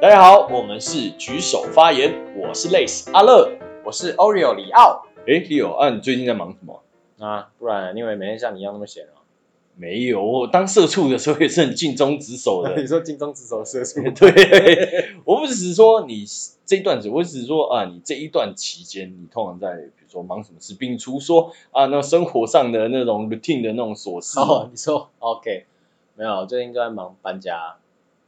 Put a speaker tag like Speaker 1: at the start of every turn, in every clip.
Speaker 1: 大家好，我们是举手发言，我是 Lace 阿乐。
Speaker 2: 我是 Oreo 里奥，
Speaker 1: 诶 l e o 啊，你最近在忙什么？
Speaker 2: 啊，不然你以为每天像你一样那么闲 哦？
Speaker 1: 没有，我当社畜的时候也是很尽忠职守的
Speaker 2: 你。说金钟之手射出，
Speaker 1: 对，我不只是说你这一段时，我只是说啊，你这一段期间，你通常在比如说忙什么事，并除说啊，那生活上的那种 routine 的那种琐事，
Speaker 2: 哦，你说 OK，没有，最近就在忙搬家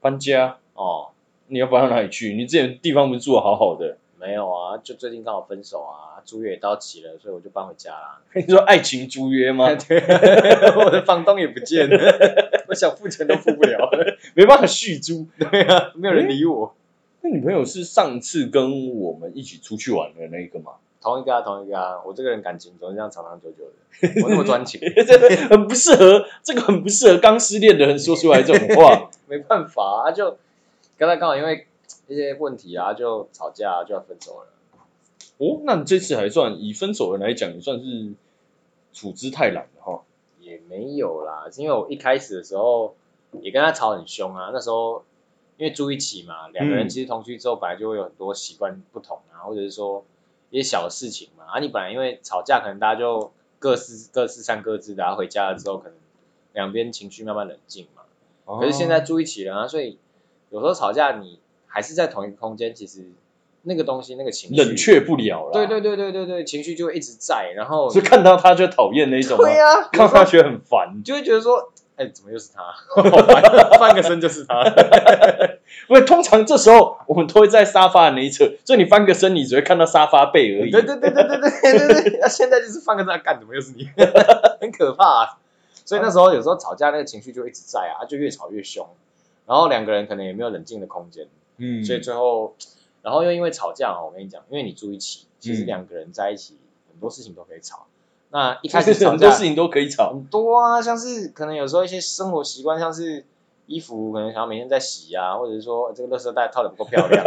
Speaker 1: 搬家，
Speaker 2: 哦，
Speaker 1: 你要搬到哪里去？你之前地方不是住的好好的？
Speaker 2: 没有啊，就最近刚好分手啊，租约也到期了，所以我就搬回家 啦。
Speaker 1: 你说爱情租约吗？
Speaker 2: 对，我的房东也不 见了，我想付钱都付不了了，
Speaker 1: 没办法续租。
Speaker 2: 对啊，没有人理我。
Speaker 1: 那女朋友是上次跟我们一起出去玩的那个吗？
Speaker 2: 同一个啊，同一个啊，我这个人感情总是这样长长久久的，我那么专 情，
Speaker 1: 这个很不适合，这个很不适合刚失恋的人说出来这种话。
Speaker 2: 没办法啊，就刚才刚好因为一些问题啊，就吵架、啊、就要分手了。
Speaker 1: 哦，那你这次还算以分手人来讲，也算是处之泰然了哈。
Speaker 2: 也没有啦，是因为我一开始的时候也跟他吵很凶啊。那时候因为住一起嘛，
Speaker 1: 嗯
Speaker 2: 两个人其实同居之后本来就会有很多习惯不同啊，或者是说一些小事情嘛。啊，你本来因为吵架，可能大家就各自各自散各自的、啊，回家了之后可能两边情绪慢慢冷静嘛。
Speaker 1: 哦
Speaker 2: 可是现在住一起了啊，所以有时候吵架你还是在同一个空间，其实那个东西那个情绪
Speaker 1: 冷，却不了了，
Speaker 2: 对对对对对对，情绪就会一直在，然后
Speaker 1: 是看到他就讨厌那种吗，
Speaker 2: 对呀、啊，
Speaker 1: 看到他觉得很烦
Speaker 2: 你。就会觉得说，哎、怎么又是他？好烦翻个身就是他。
Speaker 1: 因为通常这时候我们都会在沙发的那一侧，所以你翻个身，你只会看到沙发背而
Speaker 2: 对
Speaker 1: 已。
Speaker 2: 对对对对对对对，那现在就是翻个身，干怎么又是你？很可怕啊、所以那时候有时候吵架那个情绪就一直在啊，就越吵越凶，然后两个人可能也没有冷静的空间，
Speaker 1: 嗯，
Speaker 2: 所以最后，然后又因为吵架哦，我跟你讲，因为你住一起，其实
Speaker 1: 嗯
Speaker 2: 两个人在一起很多事情都可以吵。那一开
Speaker 1: 其
Speaker 2: 始
Speaker 1: 实
Speaker 2: 吵
Speaker 1: 很多
Speaker 2: 架
Speaker 1: 事情都可以吵。
Speaker 2: 很多啊，像是可能有时候一些生活习惯，像是衣服可能想要每天在洗啊，或者是说呃这个垃圾袋套的不够漂 亮，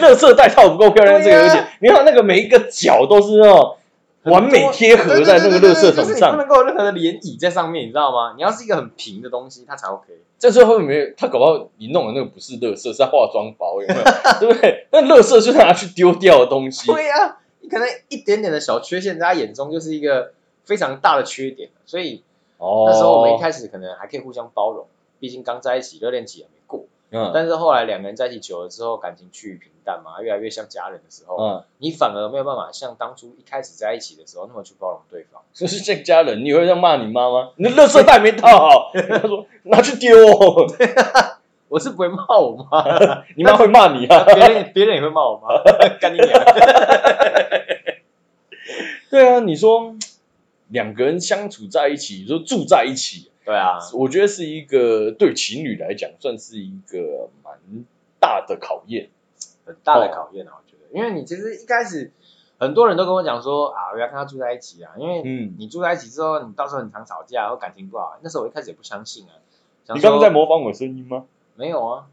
Speaker 1: 乐色带套不够漂亮，这
Speaker 2: 对
Speaker 1: 个而
Speaker 2: 啊
Speaker 1: 且你看那个每一个角都是那种完美贴合在那个垃圾
Speaker 2: 对对对对
Speaker 1: 桶
Speaker 2: 对就是你不
Speaker 1: 上，
Speaker 2: 能够有任何的涟漪在上面，你知道吗？你要是一个很平的东西，它才 OK。
Speaker 1: 这时候会没有他搞不好你弄的那个不是垃圾，是他化妆包有 没有？对不对？那垃圾就是拿去丢掉的东西，
Speaker 2: 对呀、你可能一点点的小缺陷，在他眼中就是一个非常大的缺点，所以
Speaker 1: 哦
Speaker 2: 那时候我们一开始可能还可以互相包容，毕竟刚在一起热恋期也没过。
Speaker 1: 嗯
Speaker 2: 但是后来两个人在一起久了之后，感情趋于平淡嘛，越来越像家人的时候，
Speaker 1: 嗯，
Speaker 2: 你反而没有办法像当初一开始在一起的时候那么去包容对方。
Speaker 1: 就是这个家人，你会这样骂你妈吗？你的垃圾袋没套 好，他说拿去丢哦，
Speaker 2: 我是不会骂我妈，
Speaker 1: 你妈会骂 你啊。
Speaker 2: 别人别人也会骂我妈，干你娘！
Speaker 1: 对啊，你说两个人相处在一起，你说住在一起，
Speaker 2: 对啊，
Speaker 1: 我觉得是一个对情侣来讲，算是一个蛮大的考验。
Speaker 2: 很大
Speaker 1: 哦
Speaker 2: 的考验啊，我觉得，因为你其实一开始很多人都跟我讲说啊，我要跟他住在一起啊，因为
Speaker 1: 嗯，
Speaker 2: 你住在一起之后，你到时候很常吵架，或感情不好。那时候我一开始也不相信啊，想
Speaker 1: 你
Speaker 2: 说
Speaker 1: 刚刚在模仿我声音 吗？
Speaker 2: 没有啊，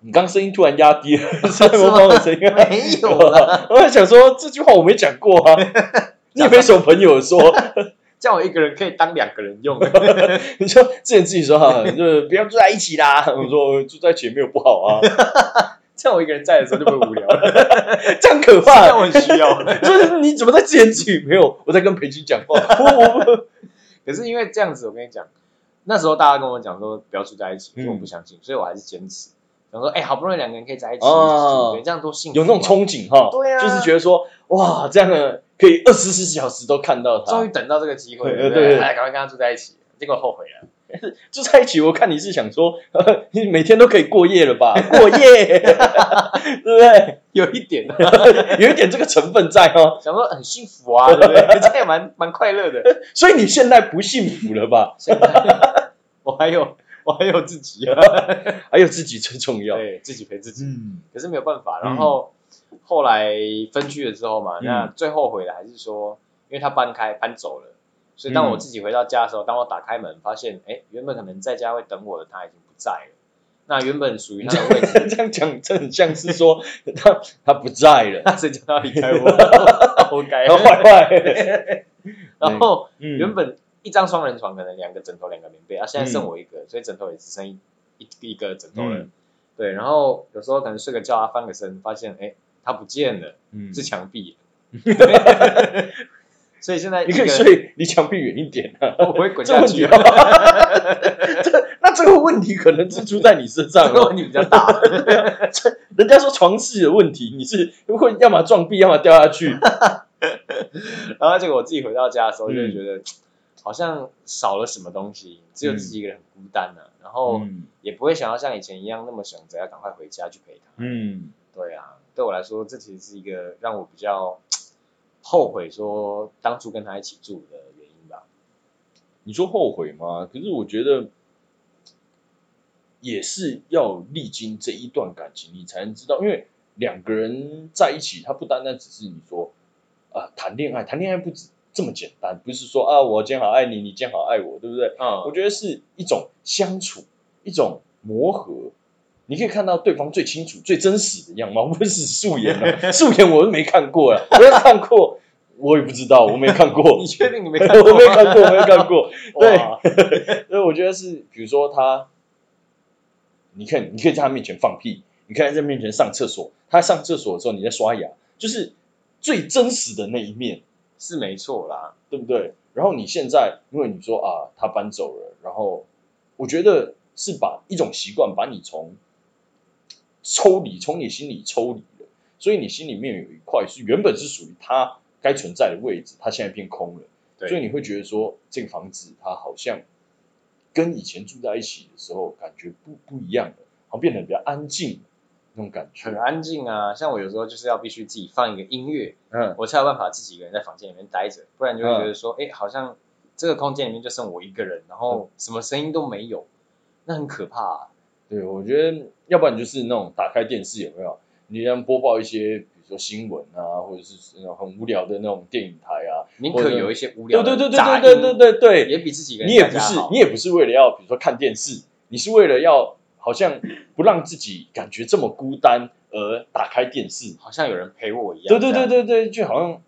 Speaker 1: 你刚声音突然压低了，是在模仿我声音吗？
Speaker 2: 没有啊 啦，
Speaker 1: 我在想说这句话我没讲过 啊，你也没什么朋友说，
Speaker 2: 叫我一个人可以当两个人用，
Speaker 1: 你说之前自己说哈，就是不要住在一起啦。我 说住在一起也没有不好啊，
Speaker 2: 叫我一个人在的时候就不会无聊了，
Speaker 1: 这样可
Speaker 2: 但
Speaker 1: 怕。
Speaker 2: 啊我很需要。
Speaker 1: 就是你怎么在之前自己没有？我在跟裴军讲 话，我我
Speaker 2: 可是因为这样子，我跟你讲，那时候大家跟我讲说不要住在一起，可
Speaker 1: 嗯
Speaker 2: 是我不相信，所以我还是坚持。想说，哎、好不容易两个人可以在一起，
Speaker 1: 哦
Speaker 2: 对，这样多幸福、
Speaker 1: 有那种，憧憬哈，
Speaker 2: 对啊
Speaker 1: 就是觉得说哇，这样的可以二十四小时都看到他，
Speaker 2: 终于等到这个机会了，
Speaker 1: 对
Speaker 2: 对
Speaker 1: 对对
Speaker 2: 哎，赶快跟他住在一起，结果后悔了。
Speaker 1: 住在一起，我看你是想说， 你每天都可以过夜了 吧？过夜， 对
Speaker 2: 有一点、
Speaker 1: 不对？有一点这个成分在哦，
Speaker 2: 想说很幸福 啊，对不对？这样也蛮蛮快乐的。
Speaker 1: 所以你现在不幸福了吧？
Speaker 2: 现在我还有我还有自己啊，
Speaker 1: 还有自己最重要。
Speaker 2: 对自己陪自己，
Speaker 1: 嗯，
Speaker 2: 可是没有办法。然后、后来分居了之后嘛，
Speaker 1: 嗯
Speaker 2: 那最后悔的还是说，因为他搬开搬走了，所以当我自己回到家的时候，当我打开门发现，哎，原本可能在家会等我的他已经不在了。那原本属于他的位置，
Speaker 1: 这样讲，这很像是说他他不在了，
Speaker 2: 那谁叫 他离开我？ 活该
Speaker 1: 然。后坏坏。
Speaker 2: 然后
Speaker 1: 嗯
Speaker 2: 原本一张双人床，可能两个枕头、两个棉被啊，现在剩我一个，所以枕头也只剩一一一个枕头了。
Speaker 1: 嗯
Speaker 2: 对，然后有时候可能睡个觉啊，翻个身，发现哎，他不见了，
Speaker 1: 嗯
Speaker 2: 是墙壁。 所以现在
Speaker 1: 你
Speaker 2: 一
Speaker 1: 可
Speaker 2: 个
Speaker 1: 以
Speaker 2: 人
Speaker 1: 睡离墙壁远一点啊。
Speaker 2: 我会滚
Speaker 1: 这个问
Speaker 2: 下
Speaker 1: 题
Speaker 2: 去
Speaker 1: 啊，，这那这个问题可能是出在你身上
Speaker 2: 这个
Speaker 1: 哦。
Speaker 2: 问题比较大。
Speaker 1: 人家说床事的问题，你是会要么撞壁，要么掉下去。
Speaker 2: 然后结果我自己回到家的时候，就会
Speaker 1: 嗯
Speaker 2: 觉得、好像少了什么东西，只有自己一个人很孤单呢、啊。然后
Speaker 1: 嗯
Speaker 2: 也不会想要像以前一样那么想着要赶快回家去陪他。
Speaker 1: 嗯
Speaker 2: 对啊，对我来说，这其实是一个让我比较后悔说当初跟他一起住的原因吧。
Speaker 1: 你说后悔吗？可是我觉得也是要历经这一段感情，你才能知道，因为两个人在一起，他不单单只是你说啊谈恋爱，谈恋爱不止这么简单，不是说啊我今天好爱你，你今天好爱我，对不对？我
Speaker 2: 嗯，
Speaker 1: 觉得是一种相处，一种磨合。你可以看到对方最清楚、最真实的样貌，不是素颜 啊，素颜我是没看过了，我要看过，我也不知道，我没看过。
Speaker 2: 你确定你没看 过
Speaker 1: 我
Speaker 2: 吗？
Speaker 1: 没看过，我没看过。
Speaker 2: 哇，
Speaker 1: 所以我觉得是，比如说他，你看，你可以在他面前放屁，你可以在他面前上厕所，他上厕所的时候你在刷牙，就是最真实的那一面，
Speaker 2: 是没错啦。
Speaker 1: 对不对？然后你现在，因为你说啊，他搬走了，然后我觉得是把一种习惯把你从抽离，从你心里抽离了，所以你心里面有一块是原本是属于他该存在的位置，他现在变空了。
Speaker 2: 对，
Speaker 1: 所以你会觉得说，这个房子它好像跟以前住在一起的时候感觉不不一样了，好像变得比较安静那种感觉
Speaker 2: 很。安静啊。像我有时候就是要必须自己放一个音乐，
Speaker 1: 嗯，
Speaker 2: 我才有办法自己一个人在房间里面待着，不然就会觉得说，哎、好像这个空间里面就剩我一个人，
Speaker 1: 嗯
Speaker 2: 然后什么声音都没有，那很可怕、啊。
Speaker 1: 对，我觉得要不然就是那种打开电视有没有？你让播报一些，比如说新闻啊，或者是那种很无聊的那种电影台啊。
Speaker 2: 宁
Speaker 1: 或
Speaker 2: 可
Speaker 1: 者
Speaker 2: 有一些无
Speaker 1: 对
Speaker 2: 聊
Speaker 1: 对
Speaker 2: 的
Speaker 1: 对对
Speaker 2: 杂
Speaker 1: 对
Speaker 2: 音，
Speaker 1: 对对对对，
Speaker 2: 也比自己一个人
Speaker 1: 你也
Speaker 2: 在
Speaker 1: 不
Speaker 2: 家
Speaker 1: 是
Speaker 2: 好。，
Speaker 1: 你也不是为了要比如说看电视，你是为了要好像不让自己感觉这么孤单而打开电视，
Speaker 2: 好像有人陪我一样。
Speaker 1: 对对
Speaker 2: 这
Speaker 1: 对
Speaker 2: 样。
Speaker 1: 对对，就好像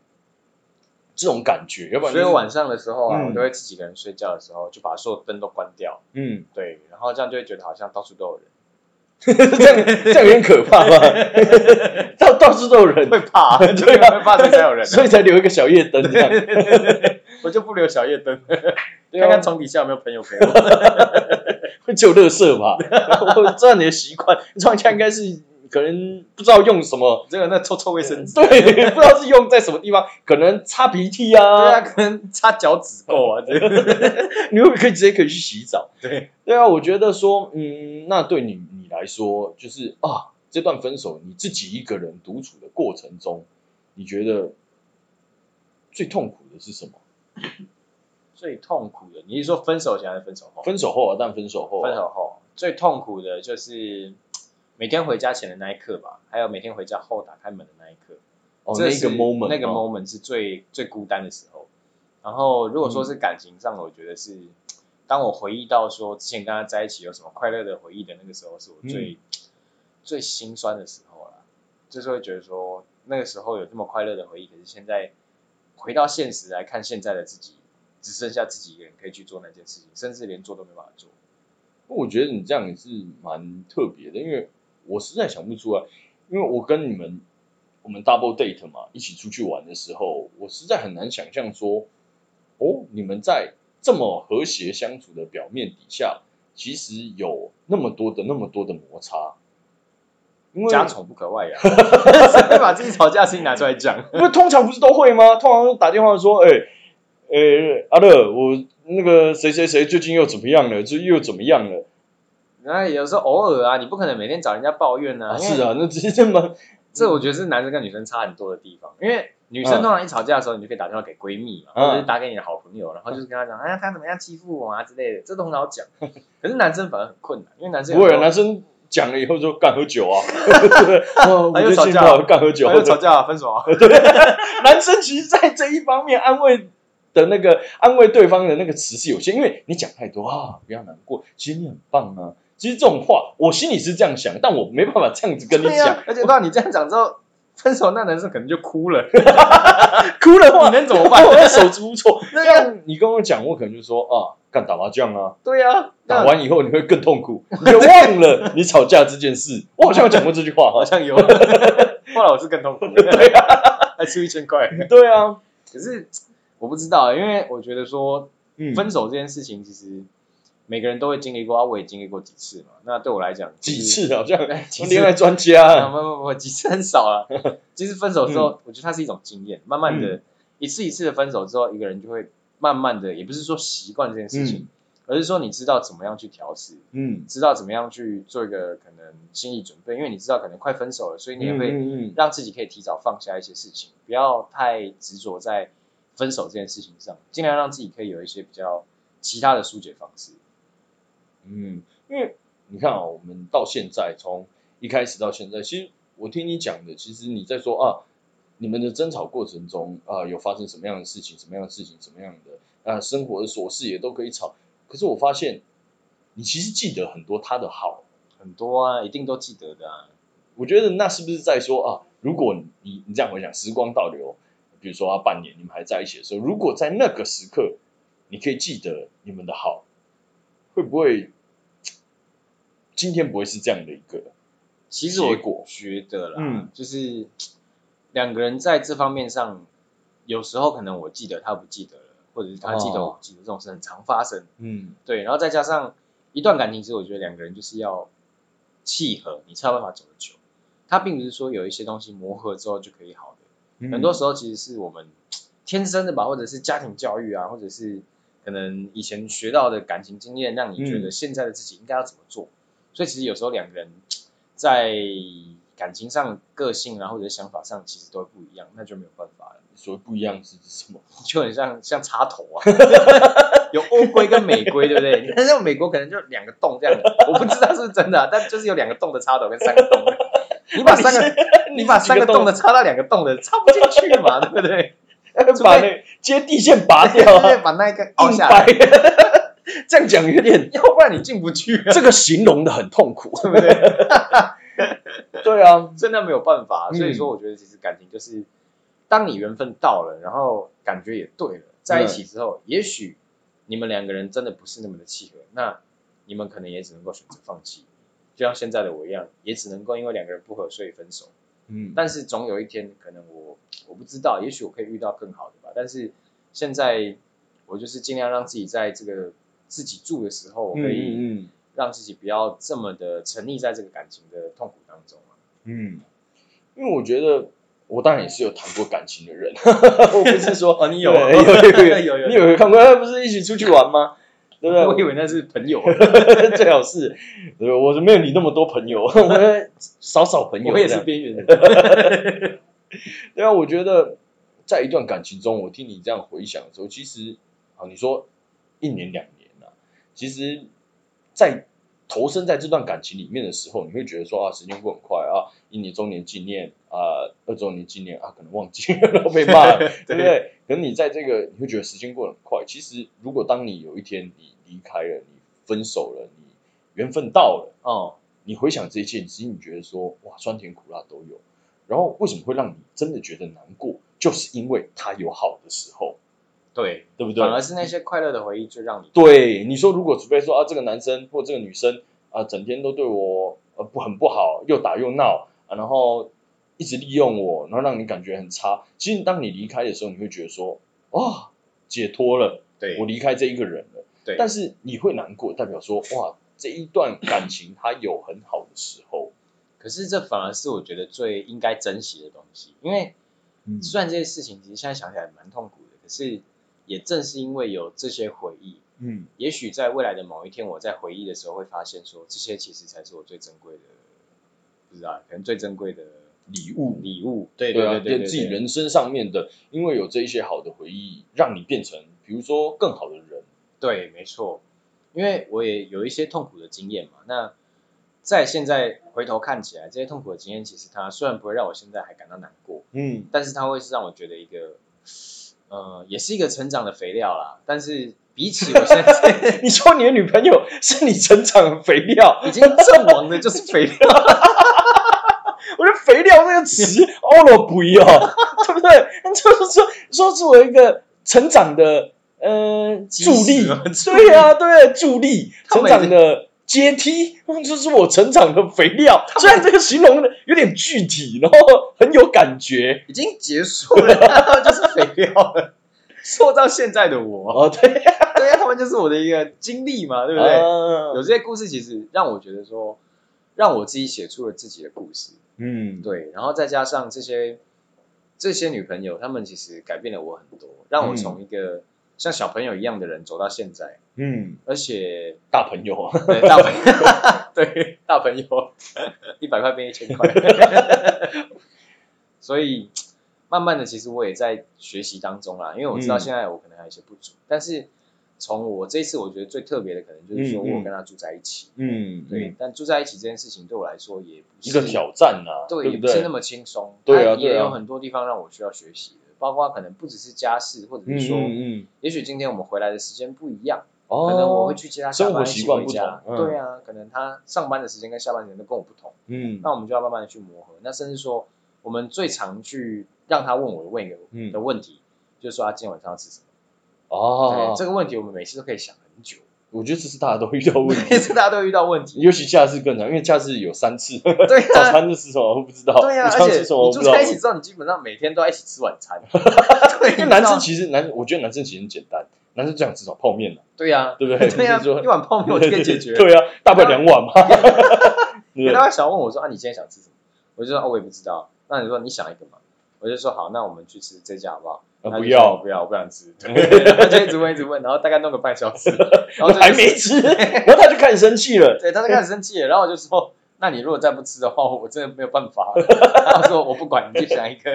Speaker 1: 这种感觉，要不然、
Speaker 2: 所以晚上的时候啊，
Speaker 1: 嗯
Speaker 2: 我都会自己一个人睡觉的时候，就把所有灯都关掉，
Speaker 1: 嗯，
Speaker 2: 对，然后这样就会觉得好像到处都有人，
Speaker 1: 这样这样有点可 怕吧？ 到到处都有人，
Speaker 2: 会怕，
Speaker 1: 对啊
Speaker 2: 会怕所以才有人啊，
Speaker 1: 所以 才留一个小夜灯这样。
Speaker 2: 我就不留小夜灯，
Speaker 1: 对啊
Speaker 2: 看看床底下有没有朋友陪 我。
Speaker 1: 会只有乐色吧？ 我知道你的习惯，装下应该是可能不知道用什么，
Speaker 2: 这个那臭臭卫生纸，
Speaker 1: 对，不知道是用在什么地方，可能擦鼻涕
Speaker 2: 对
Speaker 1: 啊，
Speaker 2: 啊，可能擦脚趾够 啊，这个
Speaker 1: 你会不会可以直接可以去洗澡？
Speaker 2: 对，
Speaker 1: 对啊，我觉得说，嗯，那对你你来说，就是啊，这段分手你自己一个人独处的过程中，你觉得最痛苦的是什么？
Speaker 2: 最痛苦的，你是说分手前还是分手后？
Speaker 1: 分手后啊，但分手后啊、
Speaker 2: 分手后最痛苦的就是每天回家前的那一刻吧，还有每天回家后打开门的那一刻。
Speaker 1: 哦，
Speaker 2: 这
Speaker 1: 那
Speaker 2: 是
Speaker 1: 个 moment，
Speaker 2: 那个
Speaker 1: 哦
Speaker 2: moment 是最最孤单的时候。然后
Speaker 1: 嗯
Speaker 2: 如果说是感情上，我觉得是当我回忆到说之前跟他在一起有什么快乐的回忆的那个时候，是我
Speaker 1: 嗯
Speaker 2: 最、最心酸的时候啦。就是会觉得说那个时候有这么快乐的回忆，可是现在回到现实来看，现在的自己只剩下自己一个人可以去做那件事情，甚至连做都没办法做。
Speaker 1: 我觉得你这样也是蛮特别的，因为我实在想不出来，因为我跟你们我们 double date 嘛，一起出去玩的时候，我实在很难想象说，哦，你们在这么和谐相处的表面底下，其实有那么多的那么多的摩擦，因为
Speaker 2: 家丑不可 外扬，谁会把自己吵架的事情拿出来讲？
Speaker 1: 不是通常不是都会吗？通常都打电话说，哎、哎，阿乐，我那个谁谁谁最近又怎么样了，就又怎么样了
Speaker 2: 那有时候偶尔啊，你不可能每天找人家抱怨啊。
Speaker 1: 啊？
Speaker 2: 因为
Speaker 1: 是啊，那只是这么
Speaker 2: 这
Speaker 1: 嗯
Speaker 2: 我觉得是男生跟女生差很多的地方，因为女生通常一吵架的时候，你就可以打电话给闺蜜嘛，
Speaker 1: 嗯
Speaker 2: 或者是打给你的好朋友，然后就是跟他讲，哎呀，他怎么样欺负我啊之类的，这都很好讲。可是男生反而很困难，因为男
Speaker 1: 嗯
Speaker 2: 生
Speaker 1: 不会啊，男
Speaker 2: 男
Speaker 1: 生讲了以后就干喝酒 啊，我
Speaker 2: 哎又
Speaker 1: 我
Speaker 2: 吵
Speaker 1: 就
Speaker 2: 架
Speaker 1: 不好干喝酒。
Speaker 2: 就吵架啊分手啊，
Speaker 1: 男生其实，在这一方面安慰的那个安慰对方的那个词是有限，因为你讲太多啊，不要难过，其实你很棒啊。其实这种话，我心里是这样想，但我没办法这样子跟你
Speaker 2: 对啊
Speaker 1: 讲。
Speaker 2: 而且不知道你这样讲之后，分手那男生可能就 哭了，
Speaker 1: 哭了
Speaker 2: 你
Speaker 1: 话，
Speaker 2: 能怎 么办？
Speaker 1: 我的手足无 措。
Speaker 2: 那
Speaker 1: 像你跟我讲，我可能就说啊，干打麻将啊，
Speaker 2: 对啊，
Speaker 1: 打
Speaker 2: 那
Speaker 1: 完以后你会更痛苦，你就忘了 你吵架这件事。我好像有讲过这句话
Speaker 2: 好
Speaker 1: 哈。
Speaker 2: 像有， 后来我是更痛苦，
Speaker 1: 对啊，
Speaker 2: 还出一千块。
Speaker 1: 对啊，
Speaker 2: 可是我不知道，因为我觉得说
Speaker 1: 嗯，
Speaker 2: 分手这件事情，其实每个人都会经历过，啊，我也经历过几次嘛。那对我来讲，
Speaker 1: 几
Speaker 2: 就是
Speaker 1: 次好像
Speaker 2: 哎几次
Speaker 1: 恋爱专
Speaker 2: 啊，
Speaker 1: 家，
Speaker 2: 不不不，几次很少 了。其实分手
Speaker 1: 嗯
Speaker 2: 之后，我觉得它是一种经验，慢慢的、一次一次的分手之后，一个人就会慢慢的，也不是说习惯这件事情，而是说你知道怎么样去调试，
Speaker 1: 嗯，
Speaker 2: 知道怎么样去做一个可能心理准备，因为你知道可能快分手了，所以你也会
Speaker 1: 嗯嗯
Speaker 2: 让自己可以提早放下一些事情，不要太执着在分手这件事情上，尽量让自己可以有一些比较其他的疏解方式。
Speaker 1: 嗯，因为你看啊，我们到现在从一开始到现在，其实我听你讲的，其实你在说啊，你们的争吵过程中啊，有发生什么样的事情，什么样的事情，什么样的啊，生活的琐事也都可以吵。可是我发现，你其实记得很多他的好，
Speaker 2: 很多啊，一定都记得的啊。
Speaker 1: 我觉得那是不是在说啊，如果你你你这样回想，时光倒流，比如说啊半年你们还在一起的时候，如果在那个时刻，你可以记得你们的好，会不会今天不会是这样的一个？
Speaker 2: 其实我
Speaker 1: 结果
Speaker 2: 觉得啦，
Speaker 1: 嗯
Speaker 2: 就是两个人在这方面上，有时候可能我记得他不记得了，或者是他记得
Speaker 1: 哦
Speaker 2: 我不记得，这种事很常发生。
Speaker 1: 嗯
Speaker 2: 对，然后再加上一段感情，其实我觉得两个人就是要契合，你才有办法走得久。它并不是说有一些东西磨合之后就可以好的，
Speaker 1: 嗯
Speaker 2: 很多时候其实是我们天生的吧，或者是家庭教育啊，或者是可能以前学到的感情经验，让你觉得
Speaker 1: 嗯
Speaker 2: 现在的自己应该要怎么做。所以其实有时候两个人在感情上、个性啊，或者是想法上，其实都会不一样，那就没有办法了。
Speaker 1: 所谓不一样是什么？
Speaker 2: 就很像像插头 啊，有欧规跟美规，对不对？你看像美国可能就两个洞这样的，我不知道是不是真的啊、但就是有两个洞的插头跟三个洞的。你把 三个，你把三个洞的插到两个洞的，插不进去 嘛，对不对？
Speaker 1: 的把那接地线拔掉
Speaker 2: 对，
Speaker 1: 啊，
Speaker 2: 把那一个 凹
Speaker 1: 硬
Speaker 2: 下来
Speaker 1: 掰，。这样讲有点，
Speaker 2: 要不然你进不去啊，
Speaker 1: 这个形容的很痛苦。
Speaker 2: 对不对？
Speaker 1: 对啊，
Speaker 2: 真的没有办法。
Speaker 1: 嗯
Speaker 2: 所以说，我觉得其实感情就是，当你缘分到了，然后感觉也对了，
Speaker 1: 嗯
Speaker 2: 在一起之后，也许你们两个人真的不是那么的契合，那你们可能也只能够选择放弃。就像现在的我一样，也只能够因为两个人不合，所以分手。
Speaker 1: 嗯
Speaker 2: 但是总有一天，可能我我不知道，也许我可以遇到更好的吧。但是现在我就是尽量让自己在这个自己住的时候，我可以
Speaker 1: 嗯嗯
Speaker 2: 让自己不要这么的沉溺在这个感情的痛苦当中啊。
Speaker 1: 嗯，因为我觉得我当然也是有谈过感情的人，我不是说
Speaker 2: 哦，你有
Speaker 1: 对有有
Speaker 2: 有有
Speaker 1: 你有没有看过？他不是一起出去玩 吗？对
Speaker 2: 我
Speaker 1: 不
Speaker 2: 以为那是朋 友，
Speaker 1: 对？ 最好是，对吧我没有你那么多朋友，我少少朋友。
Speaker 2: 我也
Speaker 1: 这
Speaker 2: 是
Speaker 1: 样
Speaker 2: 边缘人。
Speaker 1: 对啊，我觉得在一段感情中，我听你这样回想的时候，其实啊，你说一年两年啊，其实，在投身在这段感情里面的时候，你会觉得说啊，时间过很快啊，一年周年纪念啊，二周年纪念啊，可能忘记了 都被骂了，对不对？可能你在这个，你会觉得时间过得很快。其实，如果当你有一天你离开了，你分手了，你缘分到了。
Speaker 2: 哦，
Speaker 1: 你回想这一切，其实你觉得说哇，酸甜苦辣都有。然后为什么会让你真的觉得难过？就是因为它有好的时候，
Speaker 2: 对，
Speaker 1: 对不对
Speaker 2: 反？而是那些快乐的回忆就让你
Speaker 1: 对，你说如果除非说啊，这个男生或这个女生啊，整天都对我呃不很不好，又打又闹、啊，然后一直利用我，然后让你感觉很差。其实当你离开的时候，你会觉得说哇，解脱了，
Speaker 2: 对
Speaker 1: 我离开这一个人了。
Speaker 2: 对，
Speaker 1: 但是你会难过，代表说哇，这一段感情它有很好的时候。
Speaker 2: 可是这反而是我觉得最应该珍惜的东西，因为
Speaker 1: 嗯
Speaker 2: 虽然这些事情其实现在想起来蛮痛苦的，可是也正是因为有这些回忆，
Speaker 1: 嗯，
Speaker 2: 也许在未来的某一天，我在回忆的时候会发现说，这些其实才是我最珍贵的，不知道，可能最珍贵的
Speaker 1: 礼物
Speaker 2: 礼物。对
Speaker 1: 对
Speaker 2: 对
Speaker 1: 啊，
Speaker 2: 对对
Speaker 1: 自己人生上面的，因为有这一些好的回忆，让你变成比如说更好的人。
Speaker 2: 对，没错，因为我也有一些痛苦的经验嘛。那在现在回头看起来，这些痛苦的经验，其实它虽然不会让我现在还感到难过，
Speaker 1: 嗯
Speaker 2: 但是它会是让我觉得一个，呃，也是一个成长的肥料啦。但是比起我现在
Speaker 1: 你说你的女朋友是你成长的肥料，
Speaker 2: 已经阵亡的，就是肥料。
Speaker 1: 我觉得肥料这个词，哦了不要， 对不对？就是说，说作为一个成长的呃助力
Speaker 2: 基石啊，
Speaker 1: 对呀、对，啊助力
Speaker 2: 他
Speaker 1: 成
Speaker 2: 每次
Speaker 1: 长的阶梯，就是我成长的肥料。虽然这个形容的有点具体，然后很有感觉
Speaker 2: 已经结束了，他们就是肥料了， 塑造现在的我。
Speaker 1: 哦，对，
Speaker 2: 对啊呀，他们就是我的一个经历嘛，对不
Speaker 1: 啊
Speaker 2: 对？有
Speaker 1: 对？
Speaker 2: 这些故事，其实让我觉得说，让我自己写出了自己的故事。
Speaker 1: 嗯，
Speaker 2: 对，然后再加上这些这些女朋友，她们其实改变了我很多，让我从一个像小朋友一样的人走到现在，
Speaker 1: 嗯，
Speaker 2: 而且
Speaker 1: 大朋友啊，
Speaker 2: 对大朋友， 对大朋友，一百块变一千块， 所以慢慢的，其实我也在学习当中啦，因为我知道
Speaker 1: 嗯
Speaker 2: 现在我可能还有一些不足，但是从我这一次，我觉得最特别的，可能就是说
Speaker 1: 嗯嗯
Speaker 2: 我跟她住在一起，
Speaker 1: 嗯，
Speaker 2: 对，，但住在一起这件事情对我来说也不是
Speaker 1: 一个挑战呐，
Speaker 2: 对，也
Speaker 1: 不
Speaker 2: 不是
Speaker 1: 对
Speaker 2: 那？么轻松。
Speaker 1: 对啊
Speaker 2: 它也
Speaker 1: 对啊
Speaker 2: 有很多地方让我需要学习的，包括可能不只是家事，或者
Speaker 1: 嗯
Speaker 2: 是说，
Speaker 1: 嗯嗯，
Speaker 2: 也许今天我们回来的时间不一样，
Speaker 1: 哦，
Speaker 2: 可能我会去接他下
Speaker 1: 生活
Speaker 2: 班一
Speaker 1: 习
Speaker 2: 起
Speaker 1: 惯
Speaker 2: 回
Speaker 1: 不
Speaker 2: 家。
Speaker 1: 同嗯
Speaker 2: 对啊，可能他上班的时间跟下班的时间都跟我不同，
Speaker 1: 嗯，
Speaker 2: 那我们就要慢慢的去磨合。那甚至说，我们最常去让他问我的问一个
Speaker 1: 嗯
Speaker 2: 的问题，就是说他今天晚上要吃什么？
Speaker 1: 哦
Speaker 2: 对，，这个问题我们每次都可以想很久，
Speaker 1: 我觉得这是大家都遇到的问
Speaker 2: 每
Speaker 1: 题，
Speaker 2: 次大家都遇到问题。
Speaker 1: 尤其假日更长，因为假日有三次，
Speaker 2: 对啊，
Speaker 1: 早餐是吃什么我不知道，
Speaker 2: 对呀、啊
Speaker 1: 午
Speaker 2: 而
Speaker 1: 餐
Speaker 2: 且
Speaker 1: 吃什么
Speaker 2: 你
Speaker 1: 我不
Speaker 2: 住
Speaker 1: 知道
Speaker 2: 在一。起之后，你基本上每天都要一起吃晚 餐。对，
Speaker 1: 因为男生
Speaker 2: 你知道
Speaker 1: 其实男，我觉得男生其实很简单，男生就想吃什么泡面了，啊
Speaker 2: 对呀、
Speaker 1: 对不对？
Speaker 2: 对呀、啊
Speaker 1: 就是说
Speaker 2: 一碗泡面我就可以解 决。
Speaker 1: 对啊，大不了两碗嘛。对不
Speaker 2: 你
Speaker 1: 对
Speaker 2: 大家想问我说啊，你今天想吃什么？我就说哦，我也不知道。那你说你想一个嘛？我就说好，那我们去吃这家好不好？
Speaker 1: 啊
Speaker 2: 他
Speaker 1: 不
Speaker 2: 就说
Speaker 1: 要，
Speaker 2: 不要，我不想 吃。对，他就一直问，一直问，然后大概弄个半小时，然后
Speaker 1: 我
Speaker 2: 就
Speaker 1: 还没吃，
Speaker 2: 啊
Speaker 1: 然后他就开始生气了。
Speaker 2: 对，他就开始生气了，然后我就说。那你如果再不吃的话，我真的没有办法了。他说我不管，你就想一个。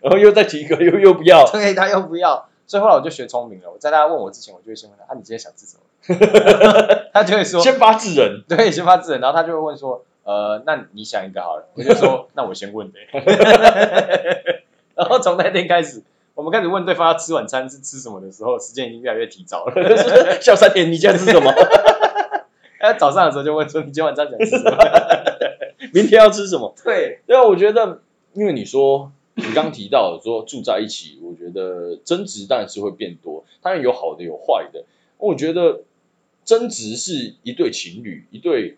Speaker 1: 然后又再提一个，又又不要，
Speaker 2: 对，他又不要，所以后来我就学聪明了。我在他问我之前，我就会先问他：“啊，你今天想吃什么？” 他就会说
Speaker 1: 先发制人：“。
Speaker 2: 对，先发制人。”然后他就会问说：“呃，那你想一个好了。”我就说：“那我先问呗。” 然后从那天开始，我们开始问对方要吃晚餐是吃什么的时候，时间已经越来越提早了。
Speaker 1: 笑三天，你今天吃什么？
Speaker 2: 他早上的时候就问说：“你今天晚上想吃什么
Speaker 1: 明天要吃什么？？”
Speaker 2: 对，
Speaker 1: 对啊，我觉得，因为你说你刚提到说住在一起，我觉得争执当然是会变多，当然有好的有坏的。我觉得争执是一对情侣，一对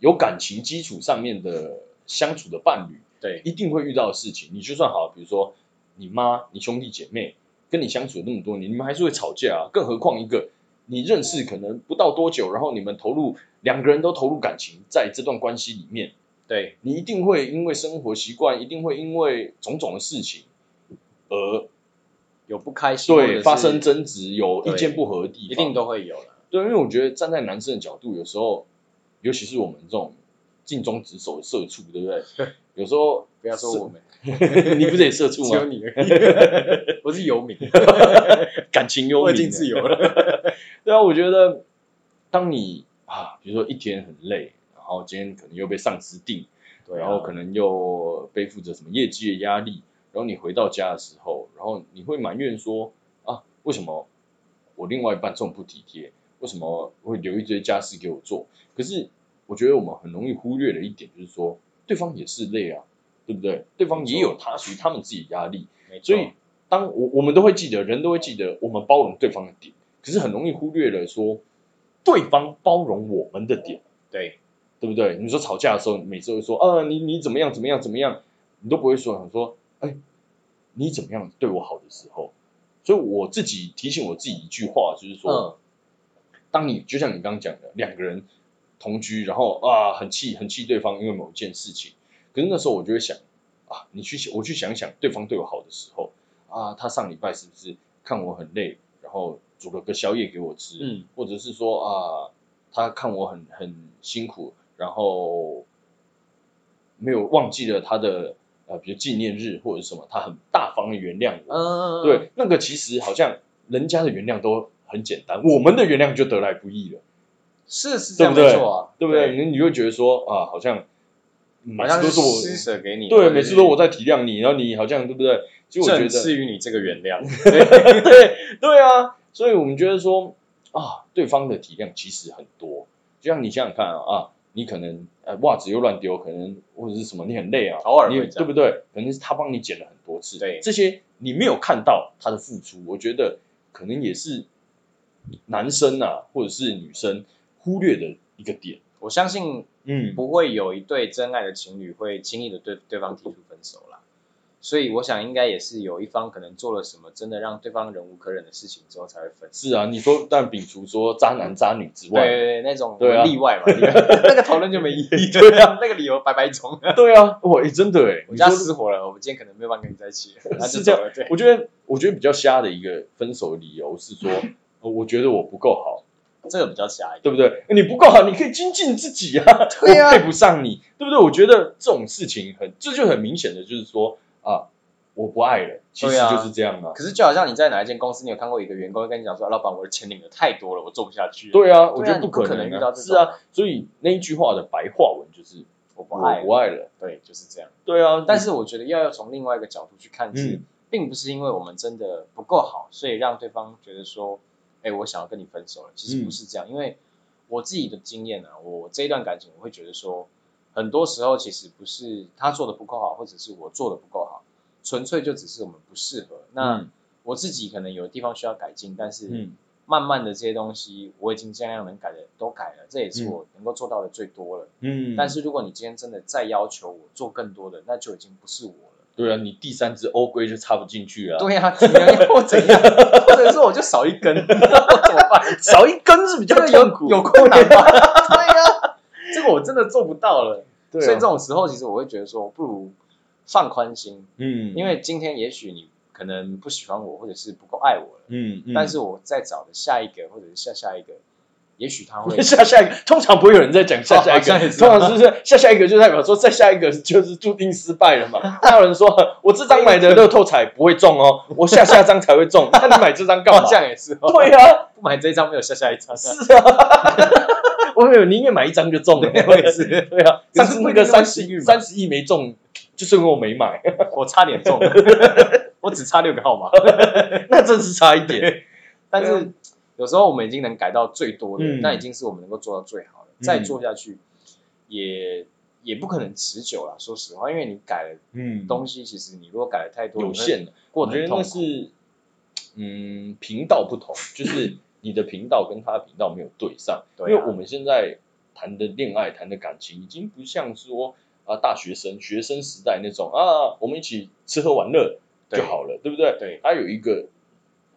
Speaker 1: 有感情基础上面的相处的伴侣
Speaker 2: 对，
Speaker 1: 一定会遇到的事情。你就算好，比如说你妈、你兄弟姐妹跟你相处了那么多年，你们还是会吵架啊，更何况一个。你认识可能不到多久，然后你们投入两个人都投入感情在这段关系里面，
Speaker 2: 对，
Speaker 1: 你一定会因为生活习惯，一定会因为种种的事情而
Speaker 2: 有不开心，或者
Speaker 1: 对
Speaker 2: 是
Speaker 1: 发生争执，有
Speaker 2: 对
Speaker 1: 意见不合的地方，
Speaker 2: 一定都会有了。
Speaker 1: 对，因为我觉得站在男生的角度，有时候，尤其是我们这种尽忠职守的社畜，对不 对？有时候
Speaker 2: 不要说我们，
Speaker 1: 们， 你不是也社畜
Speaker 2: 只有
Speaker 1: 吗？
Speaker 2: 你而已， 我是 游民，
Speaker 1: 啊感情幽
Speaker 2: 我
Speaker 1: 冥，
Speaker 2: 已经自由了。
Speaker 1: 对啊，我觉得当你啊，比如说一天很累，然后今天可能又被上司定，
Speaker 2: 对啊
Speaker 1: 然后可能又背负着什么业绩的压力，然后你回到家的时候，然后你会埋怨说啊，为什么我另外一半这么不体贴？为什么会留一堆家事给我做？可是我觉得我们很容易忽略的一点就是说，对方也是累啊，对不对？对方也有他属于他们自己的压力，
Speaker 2: 没错
Speaker 1: 所以当我我们都会记得，人都会记得我们包容对方的点，可是很容易忽略了说对方包容我们的点。
Speaker 2: 对
Speaker 1: 对不对？你说吵架的时候，你每次会说，呃，你你怎么样怎么样怎么样，你都不会说，想说，哎，你怎么样对我好的时候，所以我自己提醒我自己一句话，就是说，
Speaker 2: 嗯
Speaker 1: 当你就像你刚刚讲的，两个人同居，然后啊，很气很气对方，因为某一件事情，可是那时候我就会想，啊，你去我去想想对方对我好的时候，啊，他上礼拜是不是看我很累，然后煮了个宵夜给我吃，
Speaker 2: 嗯
Speaker 1: 或者是说啊，他看我很很辛苦，然后没有忘记了他的呃，比如纪念日或者是什么，他很大方的原谅我。
Speaker 2: 嗯，
Speaker 1: 对，那个其实好像人家的原谅都很简单，我们的原谅就得来不易了，
Speaker 2: 是是这样
Speaker 1: 对不
Speaker 2: 没
Speaker 1: 对
Speaker 2: 错啊，
Speaker 1: 对不对？？你你会觉得说啊，好像每
Speaker 2: 好
Speaker 1: 次
Speaker 2: 像
Speaker 1: 都是
Speaker 2: 施
Speaker 1: 我，
Speaker 2: 舍给你，
Speaker 1: 对，每次都我在体谅你，然后你好像对不对？其实我觉得
Speaker 2: 正赐予你这个原 谅，
Speaker 1: 对对啊，所以我们觉得说啊，对方的体谅其实很多。就像你想想看啊，啊你可能呃袜子又乱丢，可能或者是什么，你很累啊，
Speaker 2: 偶尔
Speaker 1: 你
Speaker 2: 会
Speaker 1: 也对
Speaker 2: 这样
Speaker 1: 不对？可能是他帮你捡了很多次，
Speaker 2: 对
Speaker 1: 这些你没有看到他的付出，我觉得可能也是男生啊或者是女生忽略的一个点。
Speaker 2: 我相信
Speaker 1: 嗯，
Speaker 2: 不会有一对真爱的情侣会轻易的对对方提出分手啦。所以我想，应该也是有一方可能做了什么真的让对方忍无可忍的事情之后才会分手。
Speaker 1: 是啊，你说但摒除说渣男渣女之
Speaker 2: 对
Speaker 1: 外，
Speaker 2: 对对，那种
Speaker 1: 对啊
Speaker 2: 例 外嘛，例外那个讨论就没意义。
Speaker 1: 对啊，
Speaker 2: 那个理由白白种。
Speaker 1: 对啊，哇，诶真的哎，
Speaker 2: 我
Speaker 1: 你
Speaker 2: 家
Speaker 1: 说
Speaker 2: 失火了，我们今天可能没有办法跟你在 一起，那就是
Speaker 1: 这样
Speaker 2: 走了对，
Speaker 1: 我觉得我觉得比较瞎的一个分手的理由是说，
Speaker 2: 嗯
Speaker 1: 呃我觉得我不够好，
Speaker 2: 这个比较狭义。
Speaker 1: 对不对？呃你不够好，你可以精进自己啊，
Speaker 2: 对啊
Speaker 1: 我配不上你，对不对？我觉得这种事情很，这就很明显的就是说啊，我不爱了，其实
Speaker 2: 对啊
Speaker 1: 就是这样啊。
Speaker 2: 可是就好像你在哪一间公司，你有看过一个员工会跟你讲说，啊老板，我的钱领的太多了，我做不下去了。
Speaker 1: 对啊，
Speaker 2: 对啊，
Speaker 1: 我觉得
Speaker 2: 你不
Speaker 1: 可
Speaker 2: 可能
Speaker 1: 啊
Speaker 2: 遇到这
Speaker 1: 是
Speaker 2: 种
Speaker 1: 啊，，所以那一句话的白话文就是
Speaker 2: 我不
Speaker 1: 我
Speaker 2: 爱
Speaker 1: 不
Speaker 2: 了，
Speaker 1: 爱了。
Speaker 2: 对，就是这样。
Speaker 1: 对啊，
Speaker 2: 但是我觉得要要从另外一个角度去看，是、
Speaker 1: 嗯
Speaker 2: 并不是因为我们真的不够好，所以让对方觉得说，哎、我想要跟你分手了。其实不是
Speaker 1: 嗯
Speaker 2: 这样，因为我自己的经验啊，我这一段感情，我会觉得说，很多时候其实不是他做的不够好，或者是我做的不够好，纯粹就只是我们不适合。那、
Speaker 1: 嗯
Speaker 2: 我自己可能有地方需要改进，但是。
Speaker 1: 嗯
Speaker 2: 慢慢的这些东西，我已经尽量能改的都改了，这也是我能够做到的最多了。
Speaker 1: 嗯，
Speaker 2: 但是如果你今天真的再要求我做更多的，那就已经不是我了。
Speaker 1: 对啊，你第三只欧龟就插不进去啊，
Speaker 2: 对呀、怎么样或怎样，或者说我就少一根， 怎么办？
Speaker 1: 少一根是比较
Speaker 2: 这个
Speaker 1: 痛
Speaker 2: 有
Speaker 1: 苦，
Speaker 2: 有困难吗？ 对啊呀、这个我真的做不到了。
Speaker 1: 对啊
Speaker 2: 所以这种时候，其实我会觉得说，不如放宽心，
Speaker 1: 嗯，
Speaker 2: 因为今天也许你可能不喜欢我，或者是不够爱我了，
Speaker 1: 嗯，嗯
Speaker 2: 但是我再找的下一个或者是下下一个，也许他 会
Speaker 1: 下下一个通常不会有人再讲下下一
Speaker 2: 哦 好像
Speaker 1: 个，
Speaker 2: 也是啊
Speaker 1: 通常是是下下一个就代表说再下一个就是注定失败了 嘛。那有人说我这张买的乐透彩不会中哦，我下下张才会中，那你买这张干嘛
Speaker 2: 好？像也是、 哦，
Speaker 1: 对啊，
Speaker 2: 不买这一张没有下下一 张，
Speaker 1: 是啊，我有宁愿买一张就 中了，
Speaker 2: 我也是，
Speaker 1: 对啊，
Speaker 2: 可
Speaker 1: 上
Speaker 2: 是
Speaker 1: 次
Speaker 2: 不
Speaker 1: 那
Speaker 2: 一定
Speaker 1: 个
Speaker 2: 那么
Speaker 1: 三
Speaker 2: 幸运
Speaker 1: 十
Speaker 2: 嘛
Speaker 1: 三十亿没中，就是因为我没买，
Speaker 2: 我差点中了，我只差六个号码，
Speaker 1: 那真是差一点。
Speaker 2: 但
Speaker 1: 对啊
Speaker 2: 是有时候我们已经能改到最多的，
Speaker 1: 嗯
Speaker 2: 那已经是我们能够做到最好的，
Speaker 1: 嗯
Speaker 2: 再做下去也也不可能持久啦。说实话，因为你改了
Speaker 1: 嗯
Speaker 2: 东西，其实你如果改的太多，
Speaker 1: 有限啊的，
Speaker 2: 你会过
Speaker 1: 我
Speaker 2: 得
Speaker 1: 觉
Speaker 2: 很
Speaker 1: 得
Speaker 2: 痛
Speaker 1: 那
Speaker 2: 苦。
Speaker 1: 是，嗯，频道不同， 就是你的频道跟他的频道没有对上，
Speaker 2: 对啊
Speaker 1: 因为我们现在谈的恋爱、谈的感情，已经不像说啊大学生、学生时代那种啊，我们一起吃喝玩乐
Speaker 2: 对
Speaker 1: 就好了，对不对？
Speaker 2: 对
Speaker 1: 它有一个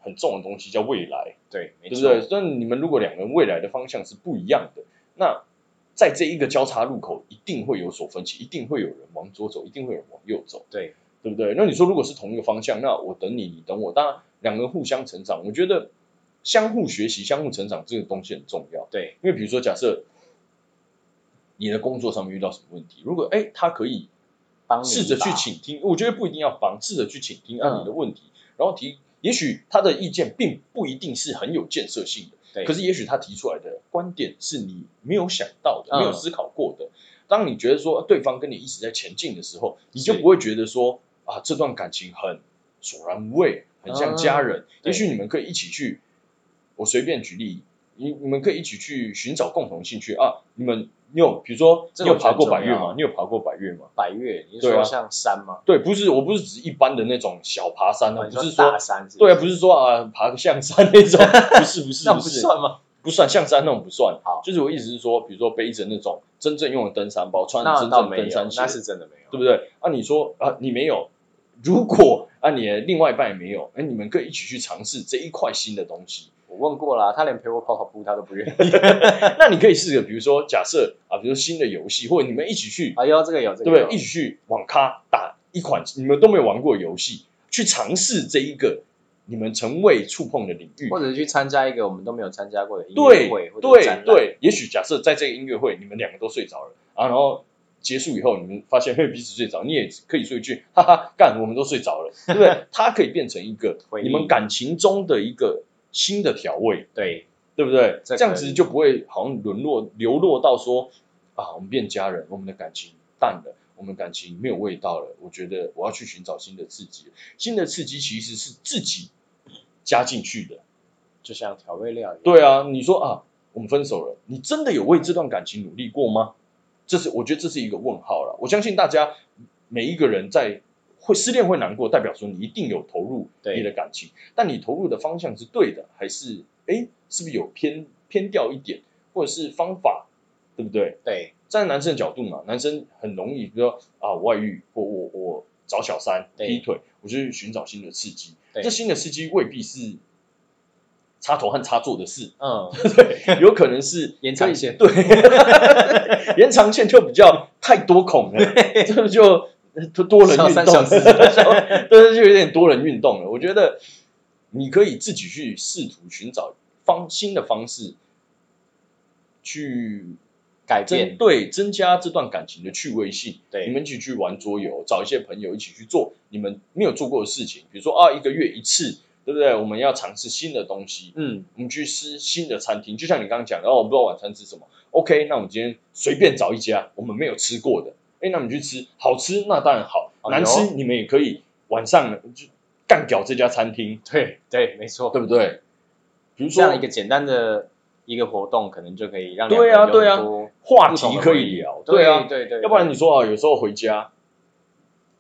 Speaker 1: 很重的东西叫未来，
Speaker 2: 对，没
Speaker 1: 对不
Speaker 2: 错，
Speaker 1: 对？所以你们如果两个人未来的方向是不一样的，那在这一个交叉路口，一定会有所分歧，一定会有人往左走，一定会有人往右走。
Speaker 2: 对
Speaker 1: 对不对？那你说如果是同一个方向，那我等你，你等我，当然两个人互相成长，我觉得相互学习、相互成长这个东西很重要。
Speaker 2: 对
Speaker 1: 因为比如说，假设你的工作上面遇到什么问题，如果哎他可以
Speaker 2: 帮你
Speaker 1: 试着去
Speaker 2: 一把，
Speaker 1: 倾听，我觉得不一定要帮，试着去倾听啊
Speaker 2: 嗯
Speaker 1: 你的问题，然后提，也许他的意见并不一定是很有建设性的。
Speaker 2: 对，
Speaker 1: 可是也许他提出来的观点是你没有想到的、
Speaker 2: 嗯
Speaker 1: 没有思考过的。当你觉得说啊对方跟你一直在前进的时候，你就是不会觉得说啊，这段感情很索然无味，很像家人。
Speaker 2: 嗯对
Speaker 1: 也许你们可以一起去，我随便举例，你你们可以一起去寻找共同兴趣啊。你们你有比如说
Speaker 2: 这
Speaker 1: 你
Speaker 2: 个
Speaker 1: 有
Speaker 2: 我觉得
Speaker 1: 爬过百
Speaker 2: 重
Speaker 1: 越
Speaker 2: 要
Speaker 1: 吗？你有爬过百越吗？
Speaker 2: 百越，你是
Speaker 1: 对啊
Speaker 2: 说像山吗？哦
Speaker 1: 对，不是，我不是指一般的那种小爬山啊，
Speaker 2: 你
Speaker 1: 不是说
Speaker 2: 大山是不
Speaker 1: 对
Speaker 2: 是，
Speaker 1: 啊，不是说啊爬个象山那 种，不是不是
Speaker 2: 那
Speaker 1: 不
Speaker 2: 不
Speaker 1: 是，
Speaker 2: 算吗？
Speaker 1: 不算象山那种不算，
Speaker 2: 好
Speaker 1: 就是我意思是说，比如说背着那种真正用的登山包，穿
Speaker 2: 那
Speaker 1: 啊真
Speaker 2: 倒
Speaker 1: 正
Speaker 2: 没
Speaker 1: 的
Speaker 2: 有，
Speaker 1: 登山鞋，
Speaker 2: 那是真的没有，
Speaker 1: 对不对？啊，你说啊，你没有，如果啊你的另外一半也没有，哎、你们可以一起去尝试这一块新的东 西。
Speaker 2: 我问过啦，他连陪我跑跑步他都不愿意。
Speaker 1: 那你可以试着，比如说假设啊，比如说新的游戏，或者你们一起去，
Speaker 2: 哎呦，这个有，这
Speaker 1: 对
Speaker 2: 个
Speaker 1: 不对？
Speaker 2: 有
Speaker 1: 一起去网咖打一款你们都没有玩过的游戏，去尝试这一个你们从未触碰的领域。
Speaker 2: 或者去参加一个我们都没有参加过的音
Speaker 1: 对
Speaker 2: 乐会或者展
Speaker 1: 对
Speaker 2: 览，
Speaker 1: 对，也许假设在这个音乐会，你们两个都睡着了啊，然后结束以后，你们发现嘿彼此睡着，你也可以说一句哈哈，干，我们都睡着了，对不 对？它可以变成一个
Speaker 2: 回忆
Speaker 1: 你们感情中的一个新的调味，
Speaker 2: 对
Speaker 1: 对不对？
Speaker 2: 这可以
Speaker 1: 这样子就不会好像沦落流落到说啊，我们变家人，我们的感情淡了。我们感情没有味道了，我觉得我要去寻找新的刺激。新的刺激其实是自己加进去的，
Speaker 2: 就像调味料一样。
Speaker 1: 对啊，你说啊，我们分手了，你真的有为这段感情努力过吗？这是我觉得这是一个问号了。我相信大家每一个人在会失恋会难过，代表说你一定有投入
Speaker 2: 对
Speaker 1: 你的感情，但你投入的方向是对的，还是哎是不是有偏偏掉一点，或者是方法对不对？
Speaker 2: 对
Speaker 1: 站在男生的角度嘛，男生很容易，比如说啊外遇，或我我找小三
Speaker 2: 对
Speaker 1: 劈腿，我就去寻找新的刺激。
Speaker 2: 对
Speaker 1: 这新的刺激未必是插头和插座的 事，
Speaker 2: 嗯，
Speaker 1: 有可能是
Speaker 2: 延长线
Speaker 1: 对， 延长线就比较太多孔了，这就多 多人
Speaker 2: 小
Speaker 1: 运
Speaker 2: 三
Speaker 1: 动
Speaker 2: 小，四
Speaker 1: 对，就有点多人运动了。我觉得你可以自己去试图寻找方新的方式去
Speaker 2: 改
Speaker 1: 增
Speaker 2: 变
Speaker 1: 对增加这段感情的趣味性。
Speaker 2: 对
Speaker 1: 你们一起去玩桌游，找一些朋友一起去做你们没有做过的事情，比如说啊，一个月一次，对不对？我们要尝试新的东西，
Speaker 2: 嗯，
Speaker 1: 我们去吃新的餐厅，就像你刚刚讲的，哦然后我不知道晚餐吃什么，OK，那我们今天随便找一家我们没有吃过的，哎，那我们去吃，好吃那当然好，
Speaker 2: 哎呦
Speaker 1: 难吃你们也可以晚上就干掉这家餐厅，
Speaker 2: 对对，没错，
Speaker 1: 对不对？比如
Speaker 2: 这
Speaker 1: 说
Speaker 2: 样一个简单的一个活动，可能就可以让
Speaker 1: 对啊
Speaker 2: 两个
Speaker 1: 对
Speaker 2: 人有
Speaker 1: 啊
Speaker 2: 很多
Speaker 1: 话
Speaker 2: 不同
Speaker 1: 题
Speaker 2: 的
Speaker 1: 可
Speaker 2: 回
Speaker 1: 以
Speaker 2: 忆
Speaker 1: 聊，
Speaker 2: 对
Speaker 1: 啊，
Speaker 2: 对对，
Speaker 1: 要不然你说啊，有时候回家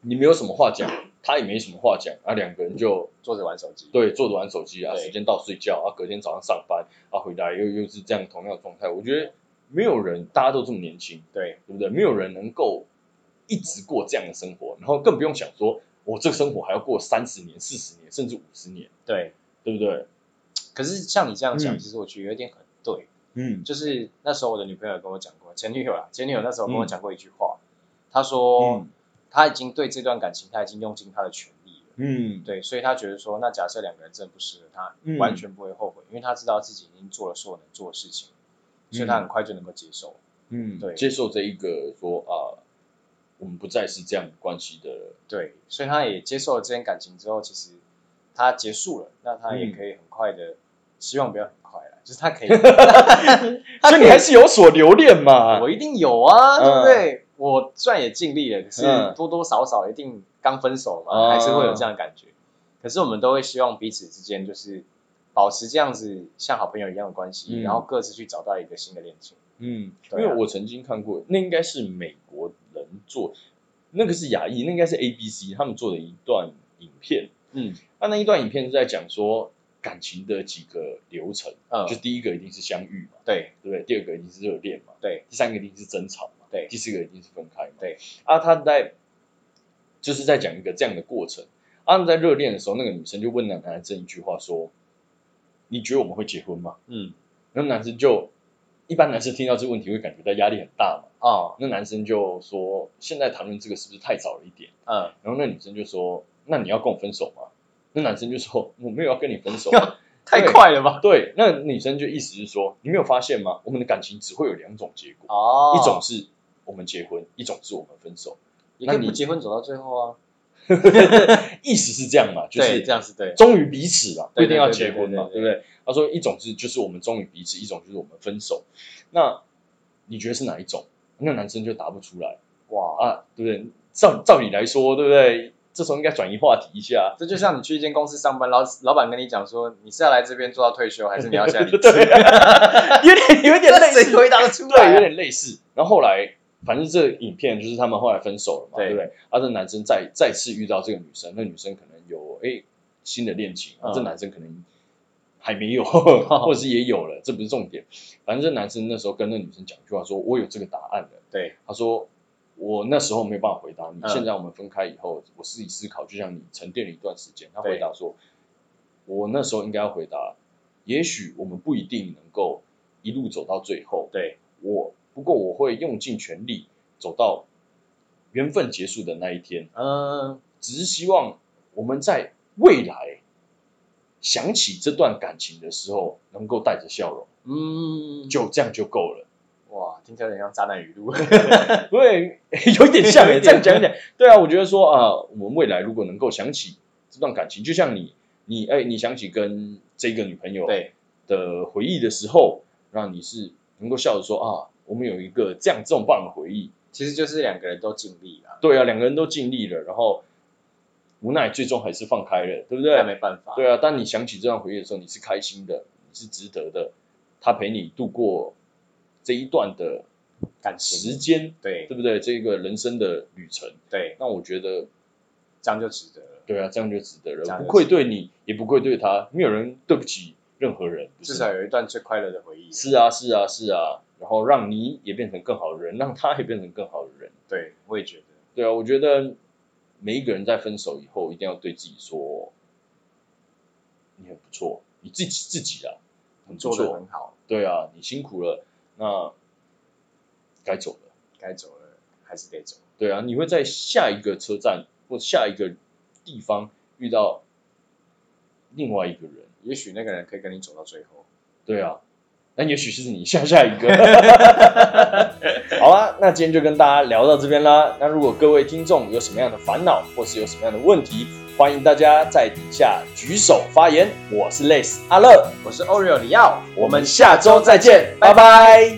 Speaker 1: 你没有什么话讲，他也没什么话讲，啊，两个人就
Speaker 2: 坐着玩手机，
Speaker 1: 对，坐着玩手机啊，
Speaker 2: 对
Speaker 1: 时间到睡觉啊，隔天早上上班啊，回来又又是这样同样的状态。我觉得没有人，大家都这么年轻，
Speaker 2: 对
Speaker 1: 对不对？没有人能够一直过这样的生活，然后更不用想说我这个生活还要过三十年、四十年，甚至五十年，
Speaker 2: 对。
Speaker 1: 对不对？
Speaker 2: 可是像你这样讲，
Speaker 1: 嗯
Speaker 2: 其实我觉得有点很对，
Speaker 1: 嗯，
Speaker 2: 就是那时候我的女朋友跟我讲过，前女友啦，前女友那时候跟我讲过一句话，她说
Speaker 1: 嗯
Speaker 2: 她已经对这段感情，她已经用尽她的全力了。
Speaker 1: 嗯，
Speaker 2: 对，所以她觉得说，那假设两个人真的不适合，她
Speaker 1: 嗯
Speaker 2: 完全不会后悔，因为她知道自己已经做了所有能做的事情，所以她很快就能够接受。
Speaker 1: 嗯，
Speaker 2: 对
Speaker 1: 接受这一个说啊，我们不再是这样关系的了，
Speaker 2: 对，所以他也接受了这段感情之后，其实他结束了，那他
Speaker 1: 嗯
Speaker 2: 也可以很快的，希望不要很快啦，就是他 可以，
Speaker 1: 所以你还是有所留恋嘛。
Speaker 2: 我一定有啊，
Speaker 1: 嗯
Speaker 2: 对不对？我虽然也尽力了，可
Speaker 1: 嗯
Speaker 2: 是多多少少一定刚分手嘛，
Speaker 1: 哦
Speaker 2: 还是会有这样的感觉。可是我们都会希望彼此之间就是保持这样子像好朋友一样的关系，
Speaker 1: 嗯
Speaker 2: 然后各自去找到一个新的恋情。
Speaker 1: 嗯，因
Speaker 2: 对啊
Speaker 1: 为我曾经看过，那应该是美国人做，那个是亚裔，那应该是 A B C 他们做的一段影片。
Speaker 2: 嗯
Speaker 1: 那那一段影片是在讲说感情的几个流程，
Speaker 2: 嗯
Speaker 1: 就，第一个一定是相遇嘛，
Speaker 2: 对
Speaker 1: 对不对？第二个一定是热恋嘛，
Speaker 2: 对
Speaker 1: 第三个一定是争吵嘛，
Speaker 2: 对
Speaker 1: 第四个一定是分开嘛，
Speaker 2: 对。
Speaker 1: 啊，他在就是在讲一个这样的过程。啊，在热恋的时候，那个女生就问那个男生一句话说：“你觉得我们会结婚吗
Speaker 2: 嗯？”
Speaker 1: 那男生就一般男生听到这个问题会感觉到压力很大嘛。
Speaker 2: 哦
Speaker 1: 那男生就说：“现在谈论这个是不是太早了一点
Speaker 2: 嗯，？”
Speaker 1: 然后那女生就说：“那你要跟我分手吗？”那男生就说：“我没有要跟你分手啊。
Speaker 2: 太快了吧？
Speaker 1: 对，那女生就意思是说：“你没有发现吗？我们的感情只会有两种结果，
Speaker 2: 哦，
Speaker 1: 一种是我们结婚，一种是我们分手。
Speaker 2: 也可
Speaker 1: 那
Speaker 2: 以
Speaker 1: 你
Speaker 2: 不结婚走到最后啊，
Speaker 1: 意思是这样嘛，就
Speaker 2: 对
Speaker 1: 是
Speaker 2: 这样是对的。
Speaker 1: 忠于彼此嘛，不
Speaker 2: 对
Speaker 1: 一定要结
Speaker 2: 对对
Speaker 1: 婚嘛，对
Speaker 2: 对对对
Speaker 1: 不对？”他说：“一种是就是我们忠于彼此，一种就是我们分手。那你觉得是哪一种？”那男生就答不出来。
Speaker 2: 哇，
Speaker 1: 啊，对不对？照照理来说，对不对？这时候应该转移话题一下。
Speaker 2: 这就像你去一间公司上班，老老板跟你讲说，你是要来这边做到退休，还是你要 下离 职？
Speaker 1: 对有点有点类似，
Speaker 2: 谁回答得出来啊
Speaker 1: 对，有点类似。然后后来，反正这影片就是他们后来分手了嘛，对
Speaker 2: 对
Speaker 1: 不对？啊，这男生再再次遇到这个女生，那女生可能有哎新的恋情，啊
Speaker 2: 嗯
Speaker 1: 这男生可能还没 有，或者是也有了，这不是重点。反正这男生那时候跟那女生讲一句话说，我有这个答案了。
Speaker 2: 对，
Speaker 1: 他说我那时候没有办法回答你，
Speaker 2: 嗯
Speaker 1: 现在我们分开以后，我自己思考，就像你沉淀了一段时间。他回答说，我那时候应该要回答，也许我们不一定能够一路走到最后，
Speaker 2: 对，
Speaker 1: 我不过我会用尽全力走到缘分结束的那一天，
Speaker 2: 嗯，
Speaker 1: 只是希望我们在未来想起这段感情的时候，能够带着笑容，
Speaker 2: 嗯，
Speaker 1: 就这样就够 了。
Speaker 2: 哇，听起来有点像渣男语录。
Speaker 1: 对，有点像
Speaker 2: 有
Speaker 1: 哎，
Speaker 2: 一点
Speaker 1: 这样讲一讲，对啊，我觉得说啊、我们未来如果能够想起这段感情，就像你，你哎、你想起跟这个女朋友
Speaker 2: 对，
Speaker 1: 的回忆的时候，让你是能够笑着说啊，我们有一个这样这么棒的回忆。
Speaker 2: 其实就是两个人都尽力了，
Speaker 1: 对啊，两个人都尽力了，然后无奈最终还是放开了，对不
Speaker 2: 那
Speaker 1: 对？
Speaker 2: 没办法。
Speaker 1: 对啊，当你想起这段回忆的时候，你是开心的，你是值得的，他陪你度过这一段的
Speaker 2: 感情，
Speaker 1: 时间，
Speaker 2: 对
Speaker 1: 对不对？这个人生的旅程，
Speaker 2: 对，
Speaker 1: 那我觉得，
Speaker 2: 这样就值得了。
Speaker 1: 对啊，这样就值得
Speaker 2: 这样
Speaker 1: 了，
Speaker 2: 就
Speaker 1: 不愧对你，也不愧对他，没有人对不起任何人，不
Speaker 2: 至
Speaker 1: 是啊
Speaker 2: 少有一段最快乐的回忆。
Speaker 1: 是啊，是啊，是啊，然后让你也变成更好的人，让他也变成更好的人。
Speaker 2: 对，我也觉得。
Speaker 1: 对啊，我觉得每一个人在分手以后，一定要对自己说，你很不错，你自己自己啊，很不
Speaker 2: 做的
Speaker 1: 错。
Speaker 2: 很好，
Speaker 1: 对啊，你辛苦了，那该走了。
Speaker 2: 该走了还是得走。
Speaker 1: 对啊，你会在下一个车站或下一个地方遇到另外一个人。
Speaker 2: 也许那个人可以跟你走到最后。
Speaker 1: 对啊，那也许是你下下一个。好啦，那今天就跟大家聊到这边啦。那如果各位听众有什么样的烦恼，或是有什么样的问题，欢迎大家在底下举手发言。我是 Les 阿乐，
Speaker 2: 我是 Oreo 里奥，
Speaker 1: 我们下周再见，拜拜